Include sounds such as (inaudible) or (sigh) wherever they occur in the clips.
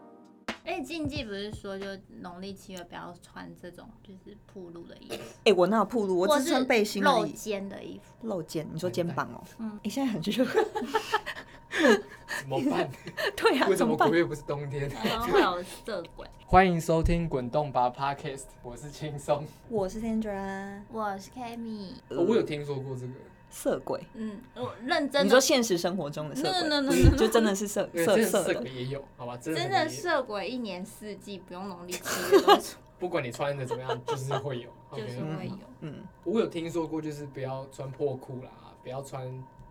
而且哎禁忌不是说就农历七月不要穿这种就是铺路的衣服，哎、我哪有铺路？我或只穿是背心而露已。肩的衣服，露肩，你说肩膀哦、嗯，你、现在很热， (laughs) 怎么办？对啊，为怎什么么办鬼？月不是冬天？然哦后会有色鬼。欢迎收听《滚动吧 Podcast》，我是轻松、我是 Sandra，我是 Kimi，呃哦我有听说过这个，色鬼。嗯，我认真你说的，现实生活中的色 No, 鬼嗯 no, no, no, 不是就真的是色 (laughs) 对，色真的色色的鬼也有，好吧？真的真真的是，色鬼一年四季不用农历七 (laughs) 月都出不管你穿的怎么样，就是会 (laughs) 有。就是嗯 OK，会有。嗯，我有听说过，就是不要穿破裤啦，不要穿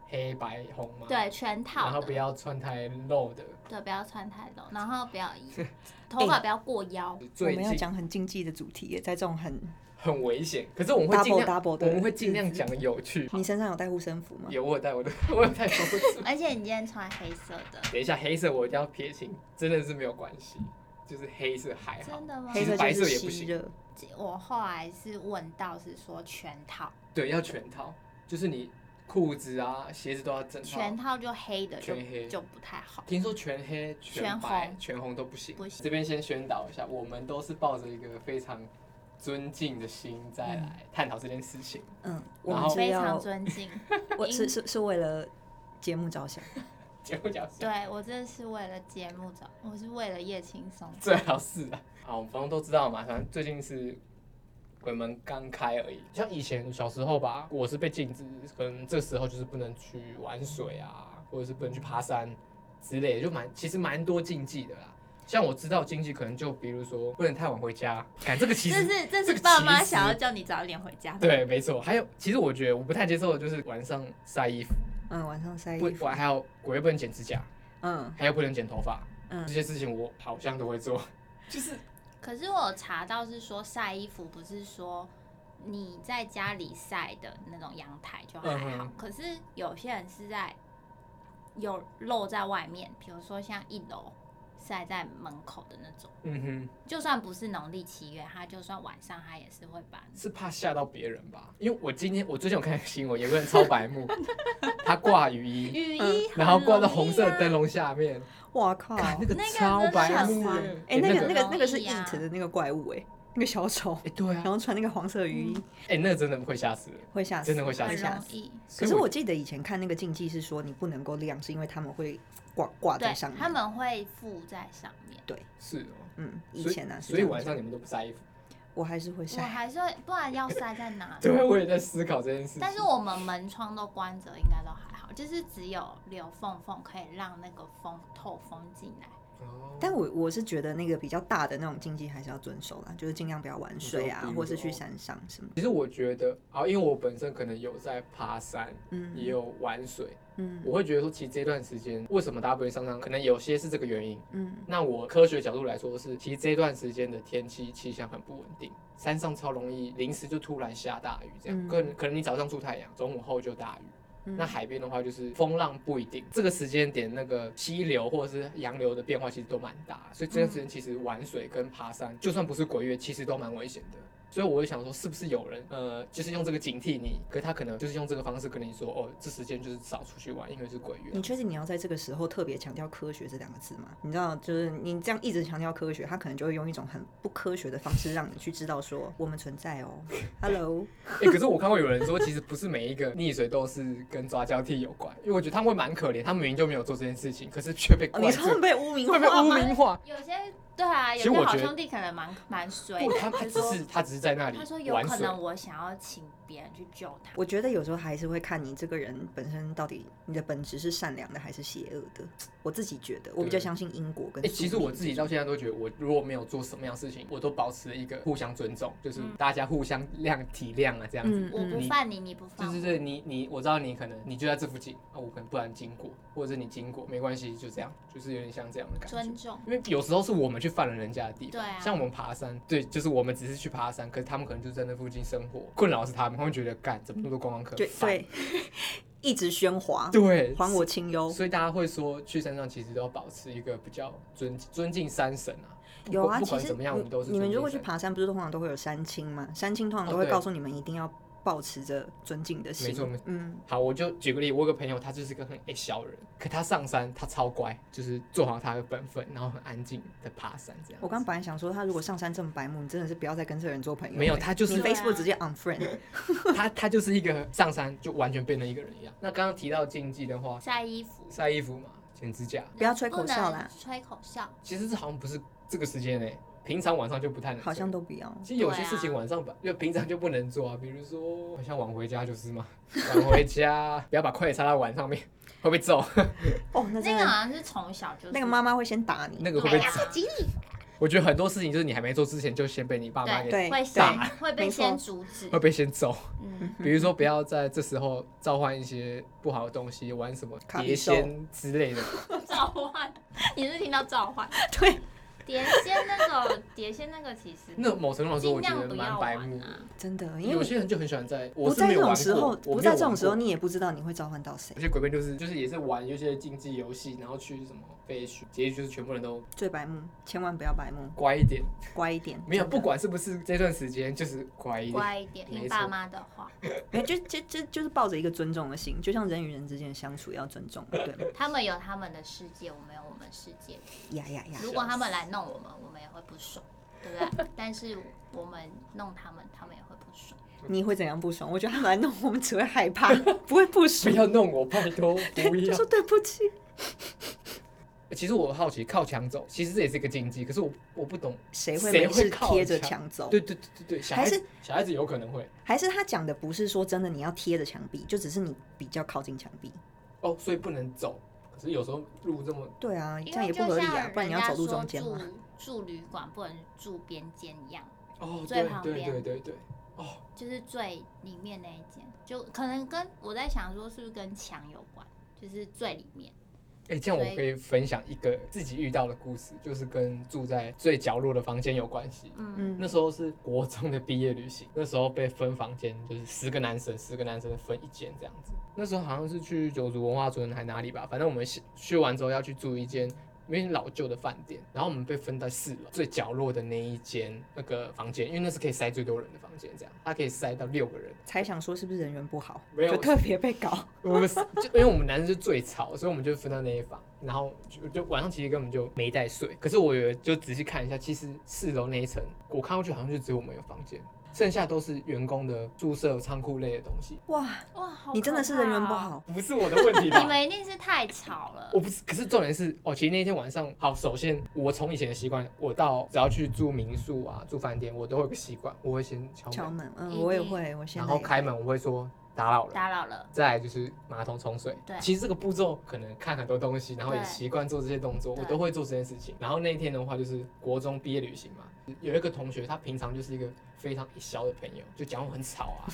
黑白红嘛，，对，全然套后的不，要穿太露的。对，不要穿太露，然后不要 (laughs) 头哎发不要过腰，我最们要近讲很禁忌的主题耶，在这种很，很危险，可是我们会尽 Double, 量， double 我的们会尽量讲得有趣。你身上有带护身符吗？有我有带我的， (laughs) 我有带我的。而且你今天穿黑色的，等一下，黑色我一定要撇清，真的是没有关系，就是黑色还好真。的吗？黑其色实白就色是也不吸行热，我后来是问到是说全套，对，要全套，就是你裤子啊、鞋子都要整套。全套就黑的就全黑就不太好。听说全黑、全全白、红全红都不行。不行这边先宣导一下，我们都是抱着一个非常尊敬的心再嗯来探讨这件事情。嗯，我然们后是非常要，尊 (laughs) 敬，我是是是为了节目着想，结果讲是对我真的是为了节目找，我是为了叶轻松。 (laughs) 最好是啊，好，反正都知道嘛，反正最近是。鬼门刚开而已，像以前小时候吧，我是被禁止，可能这时候就是不能去玩水啊，或者是不能去爬山之类的，就蛮其实蛮多禁忌的啦。像我知道禁忌，可能就比如说不能太晚回家，感这个其这实是这这是个爸其妈实想要叫你早一点回家。 (laughs) 对，没错。还有，其实我觉得我不太接受的就是晚上晒衣服，嗯，晚上晒衣不，服我，还有我又不能剪指甲，嗯还有不能剪头发，这嗯，些事情我好像都会做。就是可是我有查到是说晒衣服不是说你在家里晒的那种阳台就还嗯好，哼可是有些人是在有露在外面，比如说像一楼晒在门口的那种，嗯哼，就算不是农历七月，他就算晚上他也是会把是怕吓到别人吧？因为我今天我最近有看新闻，有个人超 (laughs) 白目，他挂雨衣，雨嗯衣、然后挂到红色灯，笼下面，哇靠，看那哎，个那个超真的白吓目死的人，哎那个个那哎个那个是容易啊 It 的那个怪物，哎，那个小丑，对然啊，后穿那个黄色嗯雨衣，哎那个真的会吓死人。会吓死，真的会吓啊很死容易。可是我记得以前看那个禁忌是说你不能够晾，是因为他们会挂挂对在上，面。他们会附在上面。是哦，嗯，以所前呢、啊，是所以这样晚子上你们都不晒衣服。我还是会我晒。还是会，不然要晒在哪里？ (laughs) (laughs) 对，啊我也在思考这件事情。但是我们门窗都关着，应该都还好，就是只有留缝缝可以让那个风透风进来。哦，但我我是觉得那个比较大的那种禁忌还是要遵守啦，就是尽量不要玩水你啊说，比或是如去山上什么。其实我觉得啊，因为我本身可能有在爬山，也嗯有玩水，嗯我会觉得说，其实这段时间为什么大家不会上山，可能有些是这个原因。嗯，那我科学角度来说是，其实这段时间的天气气象很不稳定，山上超容易临时就突然下大雨，这样，嗯可能可能你早上出太阳，中午后就大雨。嗯那海边的话，就是风浪不一定，这个时间点那个溪流或者是洋流的变化其实都蛮大，所以这段嗯时间其实玩水跟爬山，就算不是鬼月，其实都蛮危险的。所以我就想说，是不是有人呃，就是用这个警惕你，可他可能就是用这个方式跟你说，哦，这时间就是少出去玩，因为是鬼月你。确定你要在这个时候特别强调科学这两个字吗？你知道，就是你这样一直强调科学，他可能就会用一种很不科学的方式让你去知道说我们存在哦。Hello， (laughs) 哎、可是我看过有人说，其实不是每一个溺水都是跟抓交替有关，因为我觉得他们会蛮可怜，他们明明就没有做这件事情，可是却被哦怪你说罪，被污名会被化污吗？(laughs) 名化。有些对啊，其有些实我好觉得兄弟可能蛮蛮衰不，的。他他就只是他只是在那里他玩说水。有可能我想要请别人去救他，我觉得有时候还是会看你这个人本身到底你的本质是善良的还是邪恶的。我自己觉得，我比较对相信因果跟欸、宿命这种、其实我自己到现在都觉得，我如果没有做什么样的事情，我都保持一个互相尊重，就是嗯大家互相谅体谅啊，这样子。嗯我不你犯你，你不犯就是我。对你，你我知道你可能你就在这附近啊，我可能不然经过，或者是你经过没关系，就这样，就是有点像这样的感觉。尊重，因为有时候是我们去犯了人家的地对方，啊像我们爬山，对，就是我们只是去爬山，可是他们可能就在那附近生活，困扰是他们，他们觉得干怎么那么多观光客，就烦对， (laughs) 一直喧哗，对， (laughs) 还我清幽。所以大家会说去山上其实都要保持一个比较尊尊敬山神啊，不有啊，管不其管实怎么样，我们都是你们尊敬如果去山神爬山，不是通常都会有山青吗？山青通常哦都会对告诉你们一定要保持着尊敬的心。没错没错嗯，好，我就举个例，我有个朋友，他就是个很爱小人，可他上山他超乖，就是做好他的本分，然后很安静的爬山这样。我刚本来想说，他如果上山这么白目，你真的是不要再跟这个人做朋友。没有，他就是你对啊 Facebook 直接 unfriend。他他就是一个上山就完全变成一个人一样。那刚刚提到禁忌的话，晒衣服，晒衣服嘛，剪指甲，不要吹口哨啦不能吹口哨，其实这好像不是这个时间诶、平常晚上就不太能做。好像都不要。其实有些对啊事情晚上吧，就平常就不 (laughs) 能做啊，比如说像晚回家就是嘛， (laughs) 晚回家不要把筷子插在碗上面，会被揍，哦，那那真个的，好像是从小就是那个妈妈会先打你。 (laughs) 那个会被对啊揍。我觉得很多事情就是你还没做之前就先被你爸妈给对会对，先会被没错先阻止会，被先揍，嗯， (laughs) 比如说不要在这时候召唤一些不好的东西，玩什么卡比碟仙之类的。召唤，你是听到召唤？对，碟仙那个碟仙那个其实那某程度来说，我尽觉量不得蛮要白玩目的。啊。真的，因有为些人就很喜欢在，我不是没在这有玩种过时候，我不没有在这种时候，玩过你也不知道你会召唤到谁有。些鬼片就是就是也是玩一些竞技游戏，然后去什么飞雪，结局就是全部人都最白目，千万不要白目，乖一点，乖一点。没有真的不，管是不是这段时间，就是乖一点。乖一点，没听爸错妈的话，没有就就就就是抱着一个尊重的心，就像人与人之间的相处要尊重，对吗？他们有他们的世界，我们有我们世界。呀呀呀！如果他们来弄我们，我们也会不爽，对不对？但是我们弄他们，他们也会不爽。你会怎样不爽？我觉得他们来弄我们只会害怕， (laughs) 不会不不爽。要弄我，拜 (laughs) 托，不对，就要说。对不起。其实我好奇，靠墙走，其实这也是一个禁忌，可是我我不懂。谁会谁没会事靠贴着墙墙走？对对对对对，小孩还子是小孩子有可能会还是他讲的不是说真的你要贴着墙壁，就只是你比较靠近墙壁？哦，所以不能走。可是有时候路这么对啊，这因样为也就不像合理人啊家，不然你要走路说中间住嘛。住旅馆不能住边间一样，哦，最对旁对边对对对，哦，就是最里面那一间，就可能跟我在想说是不是跟墙有关，就是最里面。哎，这样所我以可以分享一个自己遇到的故事，就是跟住在最角落的房间有关系。嗯，那嗯，时候是国中的毕业旅行， (laughs) 那时候被分房间，就是十个男生，十个男生分一间这样子。那时候好像是去九族文化村还哪里吧，反正我们去去完之后要去住一间有点老旧的饭店，然后我们被分在四楼最角落的那一间那个房间，因为那是可以塞最多人的房间，这样它可以塞到六个人。才想说是不是人缘不好，没有就特别被 (laughs) 搞。我们是就因为我们男生就最吵，所以我们就分到那一房，然后就就晚上其实根本就没在睡。可是我有就仔细看一下，其实四楼那一层，我看过去好像就只有我们有房间，剩下都是员工的宿舍、仓库类的东西，哇，哇，好你真的可是人缘不怕哦。好，不是我的问题你吧？们一定是太吵了我。不是，可是重点是，哦，其实那天晚上，好，首先我从以前的习惯，我到只要去住民宿啊、住饭店，我都会有个习惯，我会先敲门，敲门，一嗯，我也定会，我现然在后也开会门，我会说打扰了。打扰了，再来就是马桶冲水。对其实这个步骤可能看很多东西，然后也对习惯做这些动作，对我都会做这件事情。然后那一天的话，就是国中毕业旅行嘛，有一个同学，他平常就是一个非常小的朋友，就讲话很吵啊，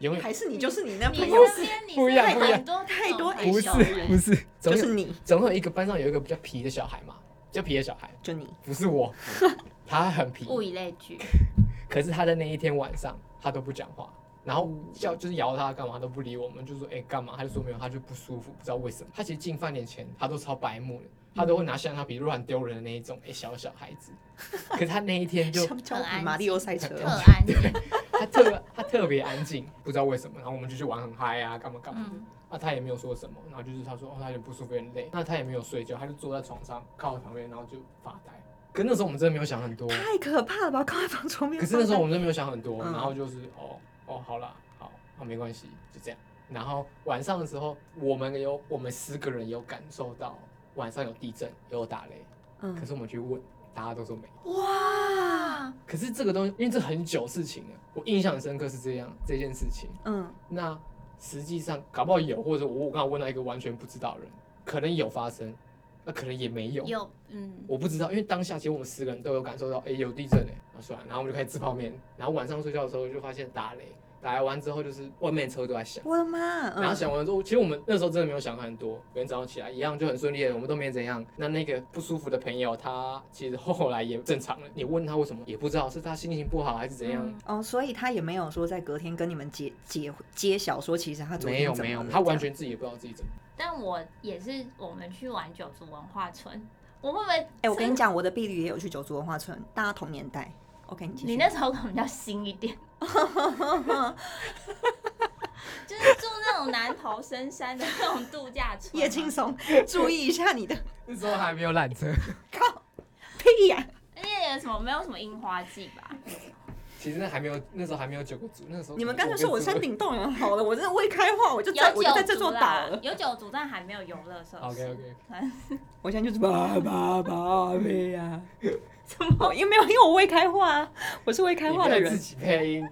永远还是你就是你那你朋友，身边你不一样身边不一样很多太多这种不朋是友欸不是，总就有、是你，总有一个班上有一个比较皮的小孩嘛，比较皮的小孩，就你，不是我，他很皮，物以类聚，可是他在那一天晚上他都不讲话。然后叫就是摇他干嘛都不理我们，就说哎干嘛？他就说没有，他就不舒服，不知道为什么。他其实进饭店前他都超白目的，他都会拿橡胶笔乱丢人的那一种，哎小小孩子。可是他那一天就像教比马里奥赛车特哦，安静。他特他特别安静，不知道为什么。然后我们就去玩很嗨啊，干嘛干嘛的。嗯，那、他也没有说什么，然后就是他说哦他有点不舒服，有点累。那他也没有睡觉，他就坐在床上靠在旁边，然后就发呆。可那时候我们真的没有想很多，太可怕了吧！靠在房床边可发呆，是那时候我们真的没有想很多，嗯然后就是哦哦好啦，好，好没关系，就这样。然后晚上的时候，我们有我们十个人有感受到晚上有地震，有打雷，可嗯，是我们去问，大家都说没。哇，啊，可是这个东西，因为这很久事情了，我印象很深刻是这样这件事情。嗯，那实际上搞不好有，或者我我刚刚问到一个完全不知道的人，可能有发生，那可能也没有。有嗯，我不知道，因为当下其实我们十个人都有感受到，哎、有地震哎、那算了，然后我们就开始吃泡面，然后晚上睡觉的时候就发现打雷，打雷完之后就是外面的车都在响，我的妈，然后嗯，响完之后，其实我们那时候真的没有想很多，每天早上起来一样就很顺利的，我们都没怎样。那那个不舒服的朋友，他其实后来也正常了，你问他为什么也不知道，是他心情不好还是怎样。嗯哦，所以他也没有说在隔天跟你们揭揭揭晓说，其实他昨没有天怎嗯没么有了，他完全自己也不知道自己怎么。但我也是，我们去玩九族文化村，我会不会？哎、我跟你，讲，我的婢女也有去九族文化村，大家同年代。OK，你继 (laughs) 续。你那时候可能比较新一点，就是住那种南投深山的那种度假村啊， (laughs) 叶 (laughs) 青松，注意一下你的 (laughs) 那时候还没有缆车。靠屁呀、而且有什么没有什么樱花季吧？其实那还没有，那时候还没有九个组，那时候你们干脆是说我山。顶洞人好了，我真的未开化，我就在有我就在九这族座岛啦了，。有九族，但还没有游乐 (laughs) (laughs) 设施。 OK OK，我现在就是爸爸爸 (laughs) 贝呀，怎么？哦因为没有，因为我未开化啊，我是未开化的自人。己配音。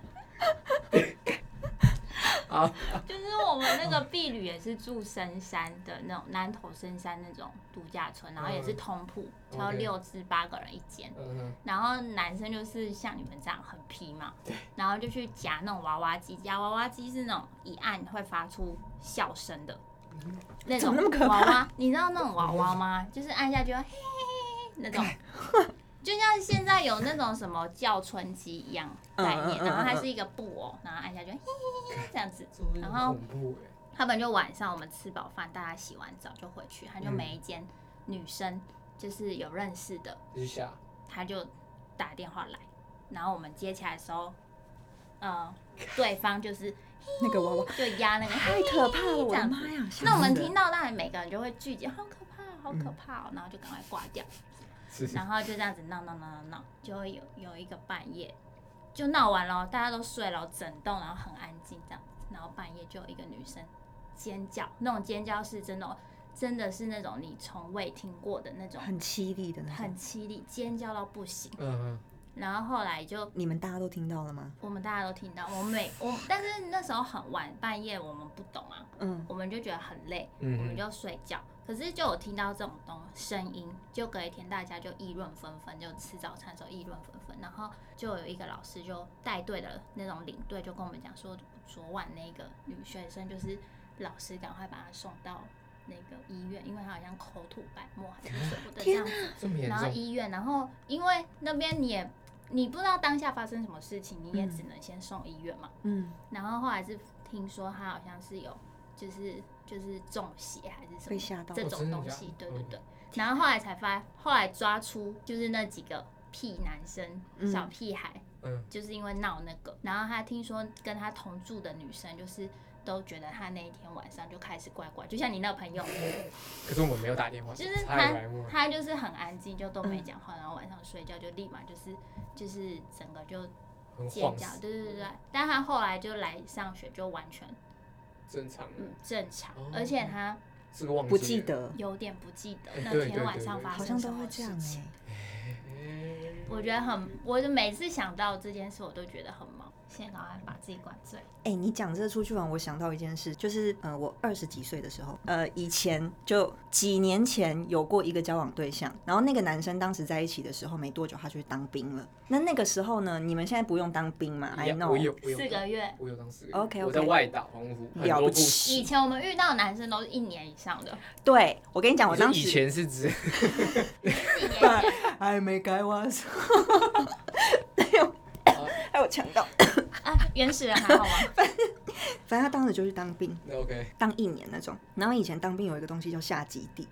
好，就是我们那个婢女也是住深山的那种南投深山那种度假村，然后也是通铺，嗯只有 OK 六至八个人一间。嗯哼，然后男生就是像你们这样很皮嘛，然后就去夹那种娃娃机，夹娃娃机是那种一按会发出笑声的那嗯怎种么那么可怕娃娃，你知道那种娃娃吗？ (laughs) 就是按下去会嘿嘿嘿那种， (laughs) 就像现在有那种什么叫春机一样概嗯嗯念，嗯然后它嗯是一个布偶，然后按下去嘿嘿嘿嘿这样子。这然很后恐怖哎。他们就晚上我们吃饱饭，大家洗完澡就回去，他就嗯每一间女生就是有认识的，继续下，他就打电话来，然后我们接起来的时候， (laughs) 呃，对方就是那个娃娃就压那个，太可怕了，这我的样妈呀！吓那我们死听了到当然每个人就会聚集，好可怕哦，好可怕哦，然后就赶快挂掉，嗯是是然后就这样子闹闹闹闹闹，就会有有一个半夜就闹完了，大家都睡了，整栋然后很安静这样子，然后半夜就有一个女生尖叫，那种尖叫是真的哦真的是那种你从未听过的那种，很凄厉的那种很。凄厉，尖叫到不行，嗯然后后来就你们大家都听到了吗？我们大家都听到，我每我，但是那时候很晚，半夜我们不懂啊，嗯，我们就觉得很累，嗯我们哼，就睡觉。可是就有听到这种东声音，就隔一天大家就议论纷纷，就吃早餐的时候议论纷纷，然后就有一个老师就带队的那种领队就跟我们讲说，昨晚那个女学生就是老师赶快把她送到那个医院，因为她好像口吐白沫还是什么的这样子。这么严然后重，医院，然后因为那边你也你不知道当下发生什么事情，你也嗯只能先送医院嘛。嗯，然后后来是听说他好像是有就是就是中邪还是什被么吓到这哦种真的东假西的，对对嗯对。然后后来才发，后来抓出就是那几个屁男生、嗯小屁孩，嗯，就是因为闹那个，然后他听说跟他同住的女生就是都觉得他那一天晚上就开始怪怪，就像你那个朋友，可是我们没有打电话，就是太他白目了，他就是很安静，就都没讲话，然后晚上睡觉就立马就是就是整个就很尖晃叫，死，对对对对。但他后来就来上学就完全正常的，嗯正常哦，而且他这个忘记不记了。得，有点不记得哎那对天对晚对上对发好生像什都么会这事样情。哎。哎我觉得很，我就每次想到这件事，我都觉得很忙。现在赶快把自己灌醉。哎，你讲这出去玩，我想到一件事，就是呃，我二十几岁的时候，呃，以前就几年前有过一个交往对象，然后那个男生当时在一起的时候没多久，他就去当兵了。那那个时候呢，你们现在不用当兵嘛？I 呀 know，我有我有四个月，我有当四个月 OK，OK 我在外岛澎湖，很了多不故事。以起。前我们遇到的男生都是一年以上 (laughs) 的，对，我跟你讲，我你说当以时前是 (laughs) 指一年以上。还没改完， (laughs) 哎呦，哎我强到，啊，原始人还好吗？反正他当时就去当兵。那 OK，当一年那种。然后以前当兵有一个东西叫下基地，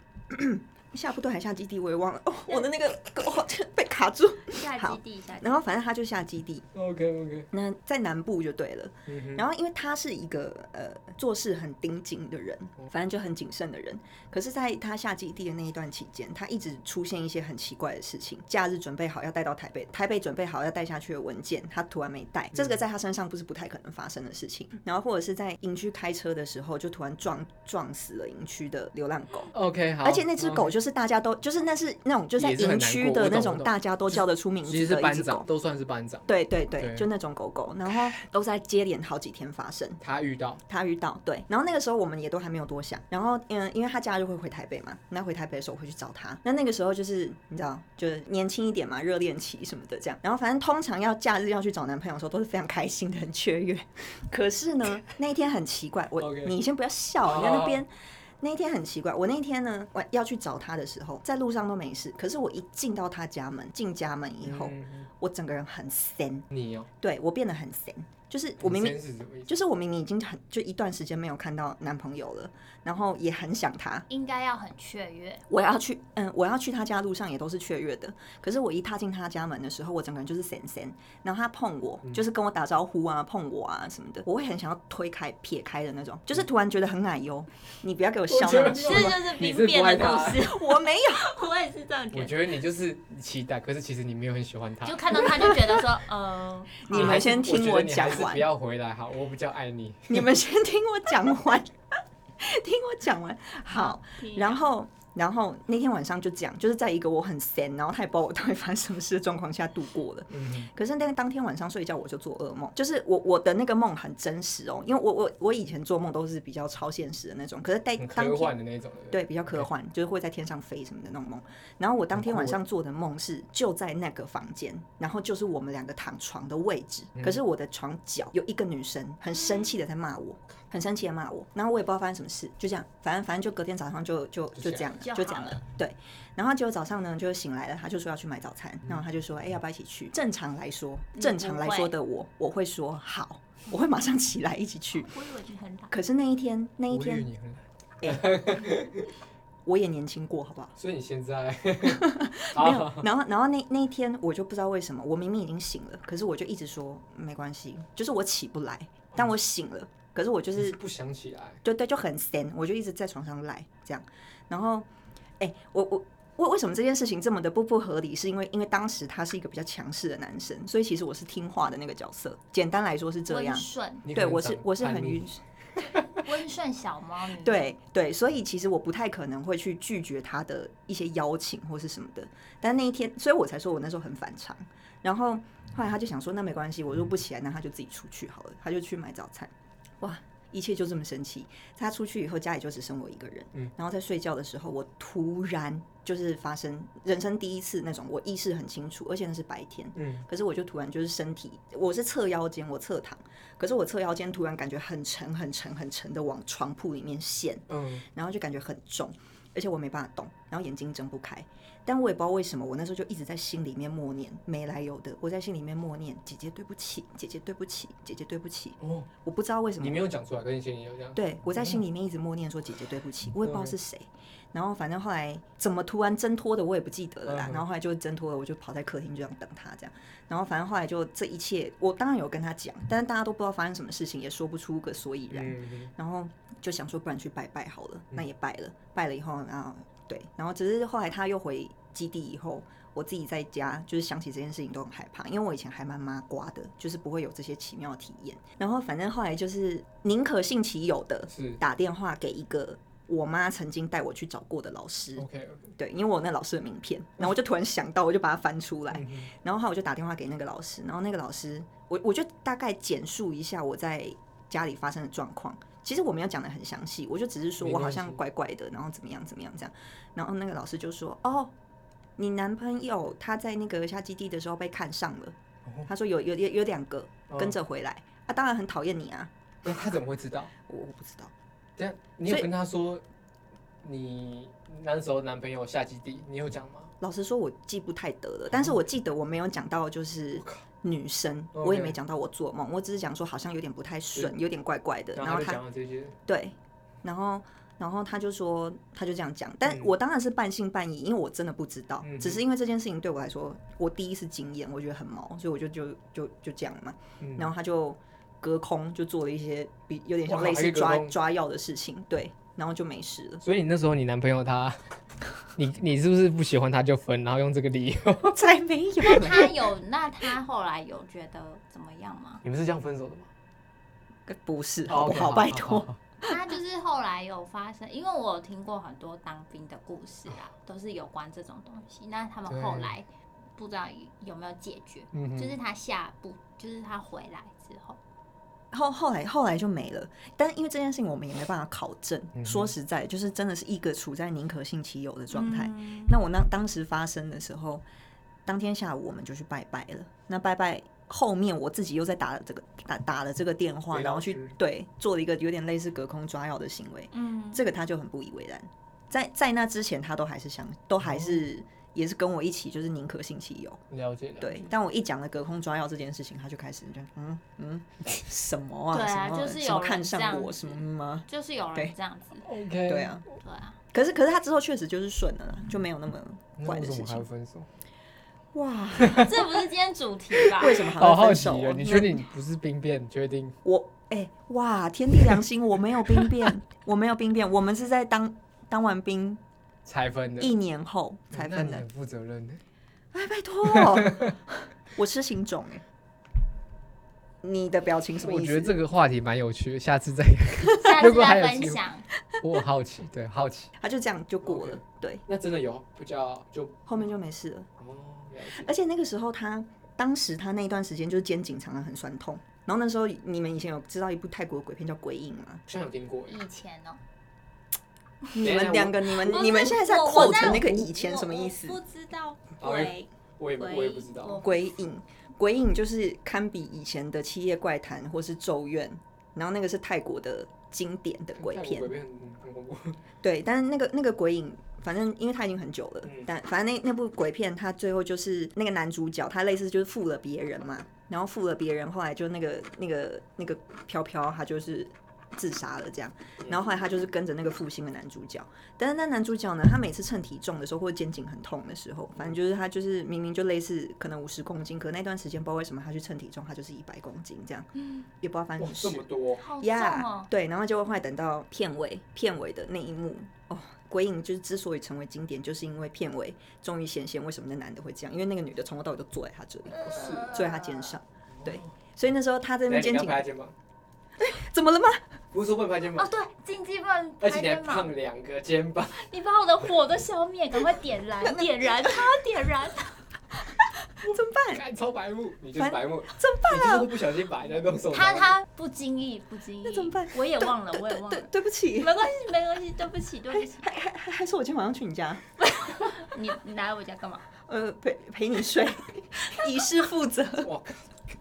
(clears throat) 下部队还下基地我也忘了。哦，我的那个 (laughs) 哦被卡住。下基地，下基地然后反正他就下基地， OK OK，那在南部就对了。嗯哼，然后因为他是一个呃做事很盯紧的人，反正就很谨慎的人。可是，在他下基地的那一段期间，他一直出现一些很奇怪的事情。假日准备好要带到台北，台北准备好要带下去的文件，他突然没带，这嗯个在他身上不是不太可能发生的事情。然后或者是在营区开车的时候，就突然撞撞死了营区的流浪狗。 OK 好，而且那只狗就是大家都，就是那是那种就在也是很营难区过的我懂那我种懂大家都叫得出名其实字是的一班只长，狗，都算是班长，对对对，对就那种狗狗，然后都在接连好几天发生。他遇到他遇到对，然后那个时候我们也都还没有多想，然后嗯，因为他假日会回台北嘛，那回台北的时候我会去找他，那那个时候就是你知道，就是年轻一点嘛，热恋期什么的这样，然后反正通常要假日要去找男朋友的时候都是非常开心的，很雀跃。 (laughs) 可是呢，那一天很奇怪，我 OK 哦你先不要笑，你在好那边。那一天很奇怪，我那一天呢，我要去找他的时候，在路上都没事。可是我一进到他家门，进家门以后，嗯我整个人很森，你哦，对我变得很森，就是我明明先是什么意思？就是我明明已经很就一段时间没有看到男朋友了，然后也很想他，应该要很雀跃，我要去嗯，我要去他家路上也都是雀跃的。可是我一踏进他家门的时候，我整个人就是神神，然后他碰我，嗯就是跟我打招呼啊，碰我啊什么的，我会很想要推开、撇开的那种，就是突然觉得很奶油。你不要给我笑嗯我觉那得这么久，就是你兵是不爱变的他故事。我没有，我也是这样我觉得，觉得你就是期待，可是其实你没有很喜欢他就。看到他就觉 (laughs) 得说，呃，你们还是先听我觉得我你还讲是完不要回来好，我比较爱你。你们先听我讲完，听我讲完好。听然后，然后那天晚上就这样，就是在一个我很闲，然后他也不知道我到底发生什么事的状况下度过了。嗯，可是那个当天晚上睡觉我就做噩梦，就是我我的那个梦很真实哦，因为我我我以前做梦都是比较超现实的那种，可是在很当嗯科天幻的那种。不，对比较科幻，就是会在天上飞什么的那种梦。然后我当天晚上做的梦是就在那个房间，然后就是我们两个躺床的位置，可是我的床角有一个女生很生气的在骂我，很生气的骂我，然后我也不知道发生什么事，就这样，反正反正就隔天早上就就就就这样这样就这样就好了，对。然后结果早上呢，就醒来了，他就说要去买早餐，然后他就说，哎、要不要一起去？正常来说，你正常不来会说的我，我会说好，我会马上起来一起去。我以为你很懒，可是那一天，那一我以为天你很懒，我也年轻过，好不好？所以你 (laughs) 现在没好有，然后然后那那一天我就不知道为什么，我明明已经醒了，可是我就一直说没关系，就是我起不来，但我醒了，可是我就你是是不想起来，对对就很闲，我就一直在床上赖这样，然后哎、我我。为为什么这件事情这么的不不合理？是因为因为当时他是一个比较强势的男生，所以其实我是听话的那个角色。简单来说是这样温，顺，你可对能我是长我是很叛逆晕，温顺小猫女，，对对，所以其实我不太可能会去拒绝他的一些邀请或是什么的。但那一天，所以我才说我那时候很反常。然后后来他就想说，那没关系，我如果不起来，那他就自己出去好了，他就去买早餐。哇，一切就这么神奇。他出去以后，家里就只剩我一个人。嗯然后在睡觉的时候，我突然就是发生人生第一次那种，我意识很清楚，而且那是白天。嗯，可是我就突然就是身体，我是侧腰间，我侧躺，可是我侧腰间突然感觉很沉、很沉、很沉的往床铺里面陷，嗯，然后就感觉很重，而且我没办法动，然后眼睛睁不开。但我也不知道为什么，我那时候就一直在心里面默念，没来由的，我在心里面默念：“姐姐对不起，姐姐对不起，姐姐对不起。哦，”我不知道为什么你，没有讲出来，跟以前也有这样。对我在心里面一直默念说：“姐姐对不起。”我也不知道是谁。然后反正后来怎么突然挣脱的，我也不记得了啦。嗯然后后来就挣脱了，我就跑在客厅这样等他这样。然后反正后来就这一切，我当然有跟他讲，但是大家都不知道发生什么事情，也说不出个所以然。嗯，然后就想说，不然去拜拜好了，那也拜了，拜了以后，然后对，然后只是后来他又回基地以后，我自己在家就是想起这件事情都很害怕，因为我以前还蛮麻瓜的，就是不会有这些奇妙的体验。然后反正后来就是宁可信其有的是打电话给一个我妈曾经带我去找过的老师， OK，对，因为我有那老师的名片，然后我就突然想到，我就把它翻出来，嗯哼然后后来我就打电话给那个老师，然后那个老师，我我就大概简述一下我在家里发生的状况。其实我没有讲的很详细，我就只是说没我好关像系怪怪的，然后怎么样怎么样这样。然后那个老师就说：“哦，你男朋友他在那个下基地的时候被看上了，哦他说有有有有两个哦跟着回来、啊，当然很讨厌你啊。那他怎么会知道？我”我不知道，等下你有所以跟他说你那时候男朋友下基地，你有讲吗？老实说我记不太得了，但是我记得我没有讲到就是哦我靠女生， OK 我也没讲到我做梦，我只是讲说好像有点不太顺，有点怪怪的，然然后后他就他讲了这些，对，然后然后他就说，他就这样讲，但嗯我当然是半信半疑，因为我真的不知道，嗯只是因为这件事情对我来说，我第一次经验，我觉得很毛，所以我就就就就这样嘛。嗯然后他就隔空就做了一些比有点像哇类还可似以隔抓空。抓药的事情，对，然后就没事了所以你那时候你男朋友他， (laughs) 你你是不是不喜欢他就分，然后用这个理由？才没有那他有，那他后来有觉得怎么样吗？你们是这样分手的吗？ (laughs) 不是，好哦不，OK，好？拜托，好他就是后来有发生，因为我有听过很多当兵的故事啊，嗯都是有关这种东西。那他们后来不知道有没有解决，嗯哼就是他下部，就是他回来之后， (laughs) 后后来后来就没了，但因为这件事情我们也没办法考证。嗯哼说实在，就是真的是一个处在宁可信其有的状态。嗯那我那当时发生的时候，当天下午我们就去拜拜了。那拜拜后面我自己又在打了这个打打了这个电话，回然后老去师对做了一个有点类似隔空抓药的行为，嗯，这个他就很不以为然。在在那之前，他都还是相都还是也是跟我一起，就是宁可信其有。哦嗯了解了。对，但我一讲了隔空抓药这件事情，他就开始就嗯嗯什么啊，对啊什么就是有什么人看这上样我子什么嗯啊，就是有对人这样子， OK。对。啊。对啊，可是可是他之后确实就是顺了啦，就没有那么嗯那怪为的什事么还要情。分手？哇，这不是今天主题吧？ (laughs) 为什么还好会好分奇手哦，啊？你确定你不是兵变？你确定？我哎、哇，天地良心，我没有兵变，我没有兵变，我们是在当当完兵才分的。一年后才嗯那分你的。很负责任的。哎，拜托，我痴情种哎、你的表情什么我意觉得思？这个话题蛮有趣的，下次再下如次果再还有分机会享。我很好奇，对，好奇。他就这样就过了对，那真的有比较就后面就没事了。哦，了解而且那个时候他，当时他那一段时间就是肩颈常常很酸痛。然后那时候你们以前有知道一部泰国的鬼片叫《鬼影》吗？好像有听过耶。以前哦、你等一下们两个，你不们是嗯你们现在在啊我扣我成在那个以前我什么我意思？不知道好鬼我也不我也不知我道。鬼影，鬼影就是堪比以前的《七夜怪谈》或是《咒怨》，然后那个是泰国的经典的鬼泰国片鬼。片很很恐怖。对，但是那个那个鬼影，反正因为它已经很久了，嗯但反正那那部鬼片，它最后就是那个男主角，他类似就是负了别人嘛，然后负了别人，后来就那个那个那个飘飘，他就是自杀了这样，然后后来他就是跟着那个负心的男主角，但是那男主角呢，他每次称体重的时候或者肩颈很痛的时候，反正就是他就是明明就类似可能五十公斤，可那段时间不知道为什么他去称体重，他就是一百公斤这样，也不知道发生哇什么，事这。么多，嗯好重呀哦、对，然后就会等到片尾，片尾的那一幕哦，鬼影就是之所以成为经典，就是因为片尾终于显现为什么那男的会这样，因为那个女的从头到尾都坐在他这里，是坐在他肩上，对，所以那时候他在那边等肩哎一下你颈刚拍肩膀，怎么了吗？不是说不能拍肩哦，膀，对，禁忌不能拍而且你还肩膀，胖两个肩 (laughs) 膀，你把我的火都消灭，赶快点燃，点燃它，点 (laughs) 燃它。怎么办？看超白目，你就是反白目，怎么办啊你就是会不小心把人家弄手。他他不经意，不经意。那怎么办？我也对忘了对，我也对忘对了。对不起，没关系，没关系，对不起，对不起。还还还还说我今天晚上去你家，哎你你来我家干嘛？呃，陪陪 (laughs) 你睡，以示负责，不我靠，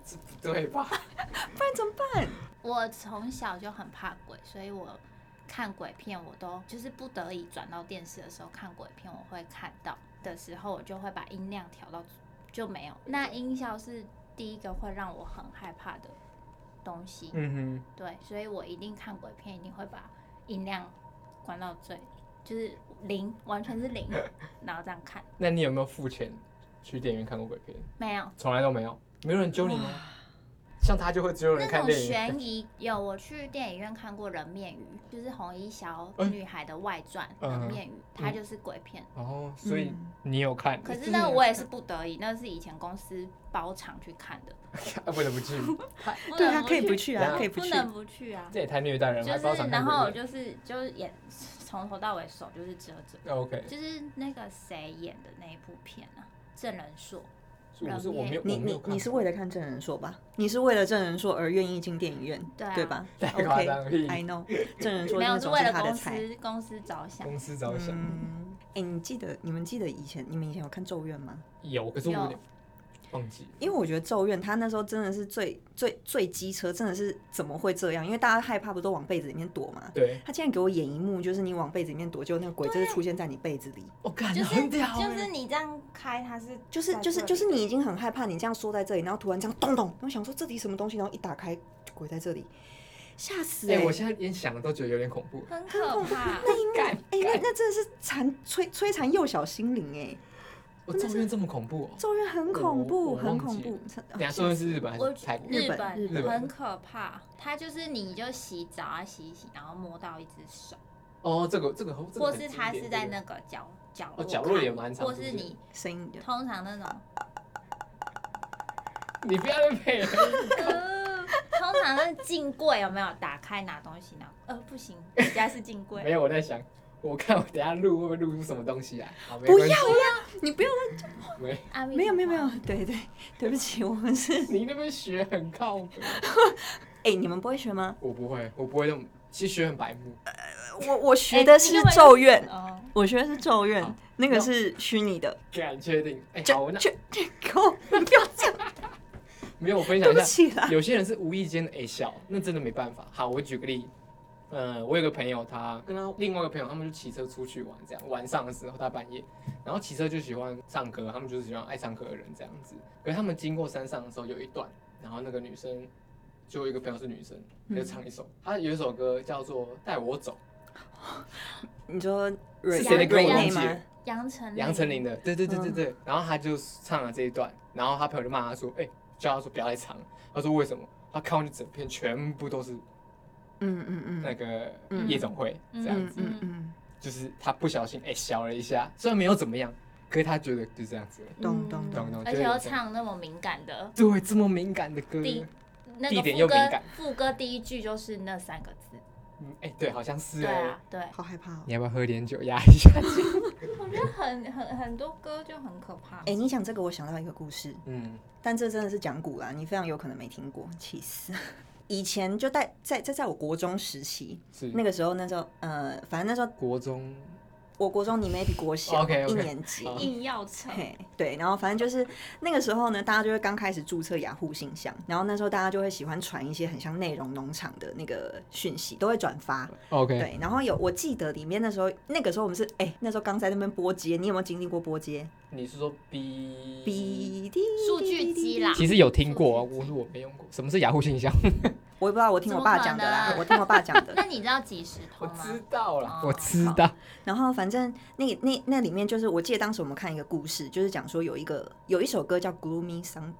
这不对吧？然怎么办？我从小就很怕鬼，所以我看鬼片，我都就是不得已转到电视的时候看鬼片，我会看到的时候，我就会把音量调到就没有。那音效是第一个会让我很害怕的东西，嗯对，所以我一定看鬼片，一定会把音量关到最，就是零，完全是零，然后这样看哼。，那你有没有付钱去电影院看过鬼片？没有。从来都没有，没有人揪你吗？像他就会只有人那看种电影。 (laughs) 悬疑有，我去电影院看过《人面鱼》，就是红衣小哦女孩的外传《人嗯面鱼》，它就是鬼片。哦，所以嗯你有看？可就是是那你个有我也看是不得已，那是以前公司包场去看的，啊为了不去，不对能他可以不去啊，对啊可以不去。能不去啊。这也太虐待人了，就还包是场然看后我鬼片。就是就是演从头到尾手就是遮着，哦 OK，就是那个谁演的那一部片啊，郑仁硕。是我是人我没有，你我没有你看你是过为了看证人说吧？你是为了证人说而愿意进电影院，对啊吧 (laughs) 太夸张了屁？OK，I know，证人说没有那是种为是了他的公菜。司公司着想，公司着想？嗯，哎、你记得你们记得以前你们以前有看《咒怨》吗？有，可是我有有点忘记了。因为我觉得《咒怨》它那时候真的是最最最机车，真的是怎么会这样？因为大家害怕不都往被子里面躲嘛？对，他竟然给我演一幕，就是你往被子里面躲，就那个鬼就是出现在你被子里，我感就是很屌欸，就是你这样开它是就是在就是这里就是你已经很害怕，你这样缩在这里，然后突然这样咚咚，然后想说这里什么东西，然后一打开鬼在这里，吓死、欸！哎，我现在连想都觉得有点恐怖。很可怕。干，哎、那干那真的是残摧摧残幼小心灵哎、我咒怨这么恐怖哦！咒怨很恐我怖，我很忘恐记怖。哦等下咒怨是日本还我是泰国？日日本日本本很可怕，它就是你就洗澡啊洗一洗，然后摸到一只手，哦，这个这个，这个或很是经它典是在那个角角哦落角落看也蛮常或出是现你声音的通常那种，这个你不要再配了，呃通常那镜柜有没有打开拿东西拿？呃，不行，我家是镜柜没。有我在想，我看我等下录会不会录出什么东西来？好没不关要啊系啦，你不要，没，阿弥没有陀没有没佛有，，对对，对不起，我们是，你那边学很靠谱， (laughs) 哎、你们不会学吗？我不会，我不会那么，其实学很白目。我我学哎的你是根本就咒怨，哦，我学的是咒怨好，那个那是虚拟的， (laughs) 敢确定？哎、好，就那就就给我不要这样，没有，我分享对一不下。起啦。啊有些人是无意间的哎笑，那真的没办法。好，我举个例，呃，我有个朋友，他跟他另外一个朋友，他们就骑车出去玩，这样晚上的时候，大半夜，然后骑车就喜欢唱歌，他们就是喜欢爱唱歌的人这样子。可是他们经过山上的时候，有一段，然后那个女生，就有一个朋友是女生，嗯她就唱一首，她有一首歌叫做《带我走你说是 Ray 谁的歌 Ray 我忘 Nay 记吗？杨丞》，杨丞琳的，的，对对对对对。然后她就唱了这一段，然后她朋友就骂她说：“哎、叫她说不要再唱。”她说：“为什么？”她看完就整片全部都是嗯嗯那嗯，个嗯夜总会这样嗯子。嗯嗯，就是他不小心哎、小了一下，虽然没有怎么样，可是他觉得就这样子而已，咚咚咚咚而且又唱那么敏感的，对，这么敏感的歌，地那嗯地个点又副敏歌感，副歌第一句就是那三个字，嗯，哎、对，好像是对哎、啊，对，好害怕哦。你要不要喝点酒压一下？ (laughs) 我觉得很很很多歌就很可怕。哎，你讲这个，我想到一个故事，嗯，但这真的是讲古啦，你非常有可能没听过，气死。 (laughs) 以前就在在在在我国中时期，是那个时候那时候呃，反正那时候国中，我国中你 maybe 国小 OK，OK，一年级，好硬要扯，嘿，对，然后反正就是那个时候呢，大家就会刚开始注册雅虎信箱，然后那时候大家就会喜欢传一些很像内容农场的那个讯息，都会转发。 OK，对，然后有我记得里面那时候，那个时候我们是哎、那时候刚在那边播接，你有没有经历过播接？你是说 B 哔滴嗯数据机啦 (laughs) 其实有听过，啊我是我没用过。什么是雅虎信箱？我也不知道，我听我爸讲的啦，怎我听我爸讲的。那你知道几十 (laughs) 我通知吗？道啦，哦我知道。然后反正那那那里面就是，我记得当时我们看一个故事，就是讲说有一个有一首歌叫《Gloomy Sunday》，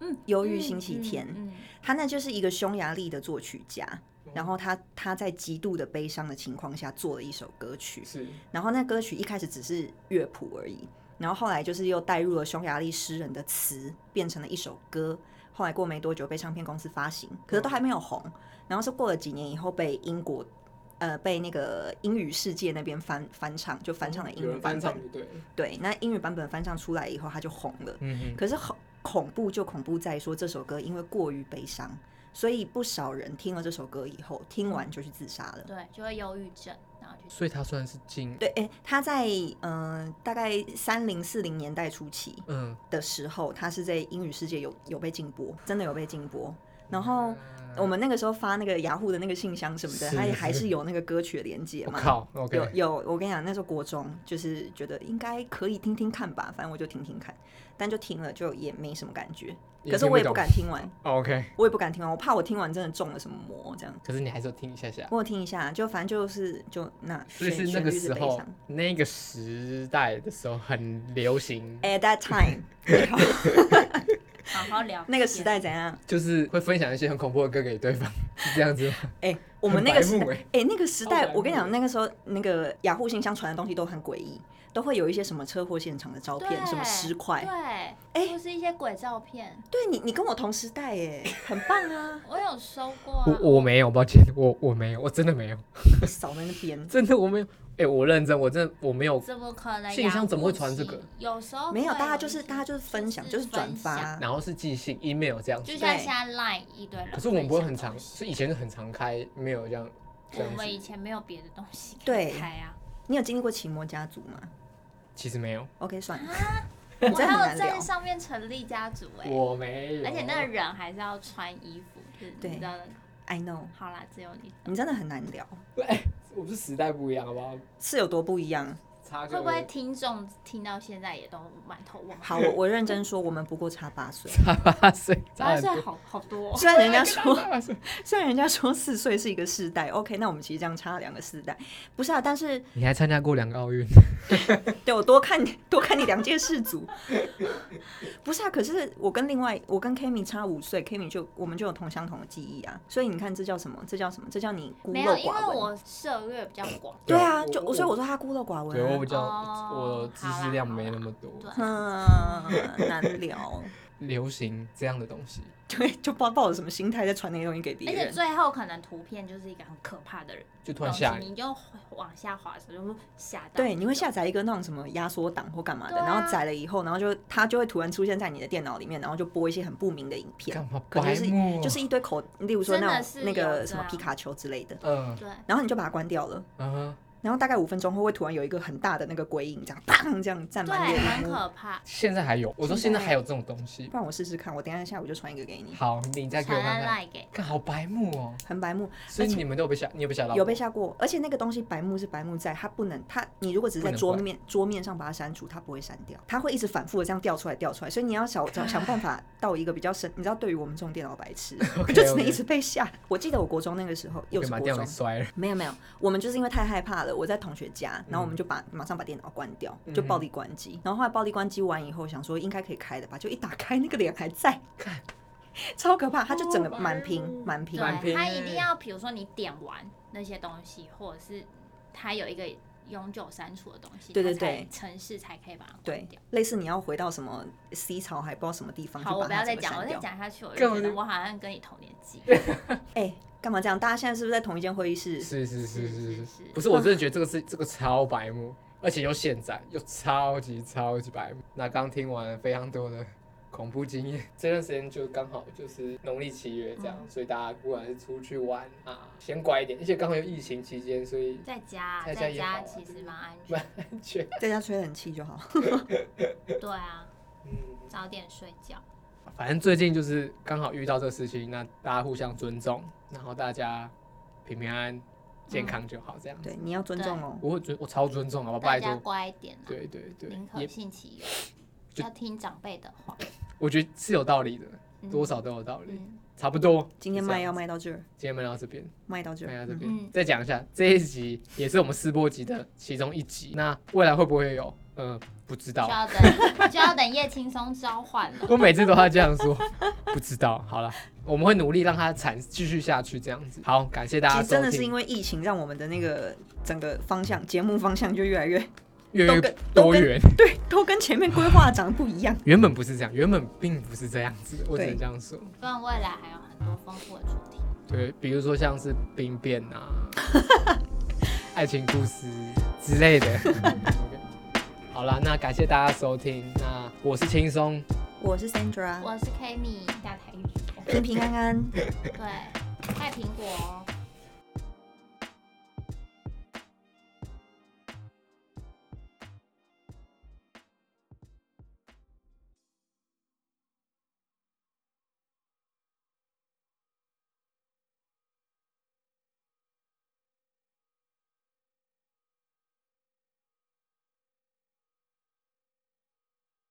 嗯，忧郁星期天嗯，他那就是一个匈牙利的作曲家，然后他他在极度的悲伤的情况下做了一首歌曲，是然后那歌曲一开始只是乐谱而已，然后后来就是又带入了匈牙利诗人的词，变成了一首歌。后来过没多久被唱片公司发行，可是都还没有红。然后是过了几年以后被英国，呃，被那个英语世界那边翻翻唱，就翻唱了英有语人版翻本唱。就对了，对，那英语版本翻唱出来以后，他就红了。嗯可是恐恐怖就恐怖在说这首歌因为过于悲伤，所以不少人听了这首歌以后，听完就去自杀了。对，就会忧郁症，然后就所以他算是进，对，诶、他在嗯、呃大概三零四零年代初期嗯，的时候，他是在英语世界有有被禁播，真的有被禁播。然后我们那个时候发那个雅虎的那个信箱什么的，嗯是它也还是有那个歌曲的连接我嘛。靠有，OK，有，我跟你讲，那时候国中就是觉得应该可以听听看吧，反正我就听听看，但就听了就也没什么感觉。可是我也不敢听完， OK，我也不敢听完，我怕我听完真的中了什么魔这样。可是你还是有听一下下。我有听一下，就反正就是就那所以旋是那旋个律是时悲候伤。，那个时代的时候很流行， At that (laughs) time，啊好好聊那个时代怎样？就是会分享一些很恐怖的歌给对方， (laughs) 是这样子吗？哎、我们那个时很代白目，欸哎、那个时超白代，目我跟你讲，那个时候那个雅虎信箱传的东西都很诡异，都会有一些什么车祸现场的照对片，什么尸块。对，哎或是一些鬼照片，对你，你跟我同时代耶，很棒 (laughs) 啊！我有收过啊。我我没有，抱歉，我我没有，我真的没有，少在那边，真的我没有。哎、我认真，我真的我没有。啊怎么可能？信箱怎么会传这个？有时候没有，会大家就一是些大家就是分享，就是转分发享，然后是寄信、email 这样子就，像现在 Line 一堆人，可是我们不会很常，是以前很常开，没有这样这我样们以子。前没有别的东西可以对开 (laughs) 啊。你有经历过奇魔家族吗其实没有， ？OK，算了，我你真的还很有难在聊。上面成立家族哎、我没有。而且那个人还是要穿衣服，就是对你知道的。 I know，好啦，只有你。你真的很难聊，我们是时代不一样，好不好？是有多不一样？差个会不会听众听到现在也都满头问号？好，我我认真说，我们不过差八岁。差八岁？八差岁很多好好多、哦，虽然人家说， (laughs) 八岁虽然人家说四岁是一个世代，OK，那我们其实这样差了两个世代，不是啊？但是你还参加过两个奥运？对我多看 (laughs) 多看你两届世祖， (laughs) 不是啊？可是我跟另外我跟 Kimi 差五岁，Kimi 就我们就有同相同的记忆啊，所以你看这叫什么？这叫什么？这叫你孤没陋有，因寡为闻。我涉略比较广。对啊，对就我所以我说他孤陋寡闻对我比啊、较，哦我知识量没那么多。对， (laughs) 嗯，难聊。流行这样的东西，对，就抱抱着什么心态在传那些东西给别而且人。最后可能图片就是一个很可怕的人，就突然吓你。你就往下滑的时候就吓到。对，你会下载一个那种什么压缩档或干嘛的，对啊然后载了以后，然后就它就会突然出现在你的电脑里面，然后就播一些很不明的影片干，嘛可能白就是目？啊就是一堆口，例如说真的啊那是种那有个这什么样皮卡丘之类的，嗯对，然后你就把它关掉了，嗯哼，然后大概五分钟后会突然有一个很大的那个鬼影，这样砰这样占满对，夜很幕。可怕。现在还有，我说现在还有这种东西。不然我试试看，我等一下下午就传一个给你。好，你再给我传看来看。赖给，看好白目哦，很白目，所以你们都有被吓，你有被吓到？有被。吓过，而且那个东西白目是白目在，它不能，它你如果只是在不能桌换面桌面上把它删除，它不会删掉，它会一直反复的这样掉出来掉出来，所以你要想想想办法到一个比较深，你知道，对于我们这种电脑白 (laughs) 痴， OK，就只能 OK 一直被吓。我记得我国中那个时候，又被是把国电脑中给，摔了，没有没有，我们就是因为太害怕了，我在同学家，嗯然后我们就把、马上把电脑关掉，就暴力关机。然后后来暴力关机完以后，想说应该可以开的吧，就一打开那个脸还在， (laughs) 超可怕，它就整个满屏满屏。满哦对，啊屏它欸一定要，比如说你点完那些东西，或者是它有一个永久删除的东西，对对它才对城市才可以把它关对掉。，类似你要回到什么 C 潮，还不知道什么地方，好，就我把不要它再整个讲，我删再掉。讲下去，我干就嘛觉得就我好像跟你同年纪。哎，干嘛这样？大家现在是不是在同一间会议室？是是是是是是是，不是我真的觉得这个是这个超白目，而且又现在又超级超级白目。那刚听完非常多的恐怖经验，这段时间就刚好就是农历七月这样，所以大家不管是出去玩啊，先乖一点，而且刚好有疫情期间，所以 (laughs) 在家，在家在也家好啊其实蛮安 (laughs) 全。蛮安全。在家吹冷气就好。对啊，嗯，早点睡觉。反正最近就是刚好遇到这个事情，那大家互相尊重，然后大家平平安安、健康就好，这样。对，你要尊重哦。我会尊，我超尊重，好不好？大拜家托。乖一点啦，对对对，宁可也信其有，就要听长辈的话。我觉得是有道理的，嗯多少都有道理，嗯，差不多。今天就这卖样要卖到这儿，今天卖到这边，卖到这卖儿。到啊这嗯边，嗯再讲一下这一集也是我们试播集的其中一嗯集。那未来会不会有？呃，不知就道。要 (laughs) 等，就要等叶轻松召唤了。我每次都要这样说， (laughs) 不知道。好了，我们会努力让它产继续下去，这样子。好，感谢大其家实真的收是因听，为疫情，让我们的那个整个方向、节目方向就越来越越都来越跟都多跟元。对，都跟前面规划长得不一样。原本不是这样，原本并不是这样子，我只对能这样说。不然未来还有很多丰富的主嗯题。对，比如说像是兵变啊、爱情故事之类的。OK (laughs) 好啦，那感谢大家收听，那我是轻松，我是 Sandra， (laughs) 我是 Kimi 大台语，平平安安。对，卖苹果哦。